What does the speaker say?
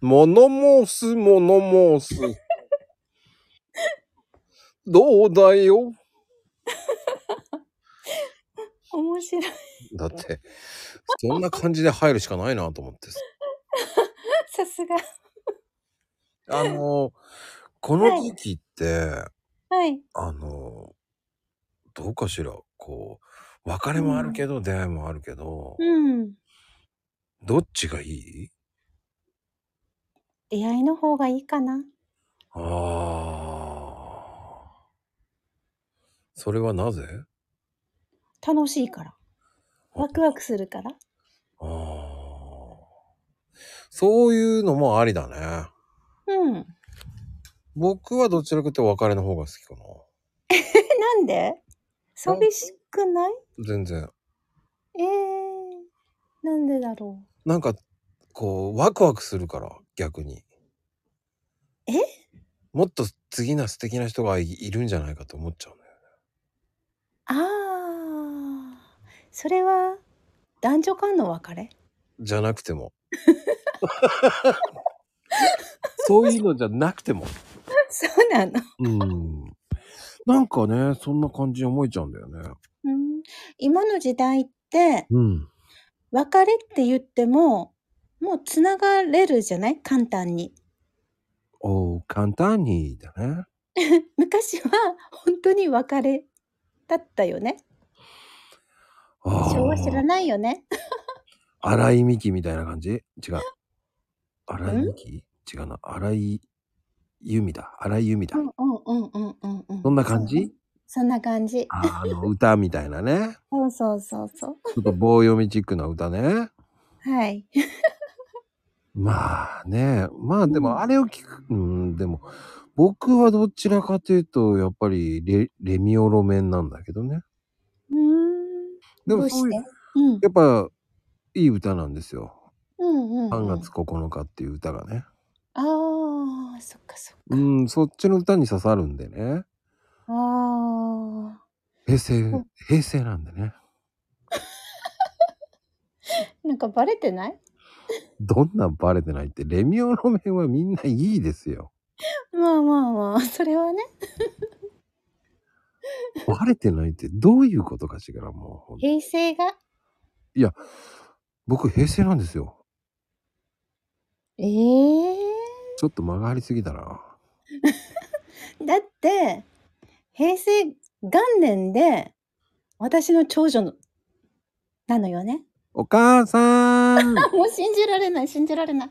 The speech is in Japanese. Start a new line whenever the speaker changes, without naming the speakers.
物申す、物 申す。どうだよ。
面白い。
だって、そんな感じで入るしかないなと思って。
さすが。
あの、この時期って、
はい。
あの、どうかしら、こう、別れもあるけど、出会いもあるけど、
うん。
どっちがいい
出会いの方がいいかな。
ああ。それはなぜ
楽しいから。ワクワクするから。
ああ。そういうのもありだね。
うん。
僕はどちらかというと別れの方が好きかな。
え、なんで寂しくない
全然。
ええなんでだろ
なんか、こう、ワクワクするから、逆に。
え
もっと次な素敵な人がいいるんじゃないかと思っちゃうね。
う。ああ。それは、男女間の別れ
じゃなくても。そういうのじゃなくても。
そうなの。
うん。なんかね、そんな感じに思えちゃうんだよね。
うん、今の時代って、
うん。
別れって言っても、もうつながれるじゃない簡単に。
おう簡単にだね。
昔は本当に別れだったよね。
あー
昭和知らないよね。
荒井美樹みたいな感じ違う。荒井美樹違うな。荒井由美だ。荒井由美だ。
うんうんうんうんうん。
そんな感じ
そんな感じ。
あーあの歌みたいな ね。
そうそうそうそう。
ちょっと棒読みチックな歌ね。
はい。
まあね。まあで
うん
もあれを聞く。うん、でも僕はどちらかというとやっぱりレレミオロメンなんだけどね。
うーん。
で
ど
も
う
そう
し
い
て
う、
うん。
やっぱいい歌なんですよ。
うんうん、うん。
3月9日っていう歌がね。
ああ、そっかそっか。
うん、そっちの歌に刺さるんでね。
あ
平成、平成なんでね。
あ。なんかバレてない
どんなんバレてないって、レミオロメンはみんないいですよ。
まあまあまあ、それはね。
バレてないってどういうことかしら、もう。
平成が。
僕、平成なんですよ。
ええ
ちょっと間がありすぎたな。
だって、平成元年で、私の長女の、なのよね。
お母さん
もう信じられない、信じられない。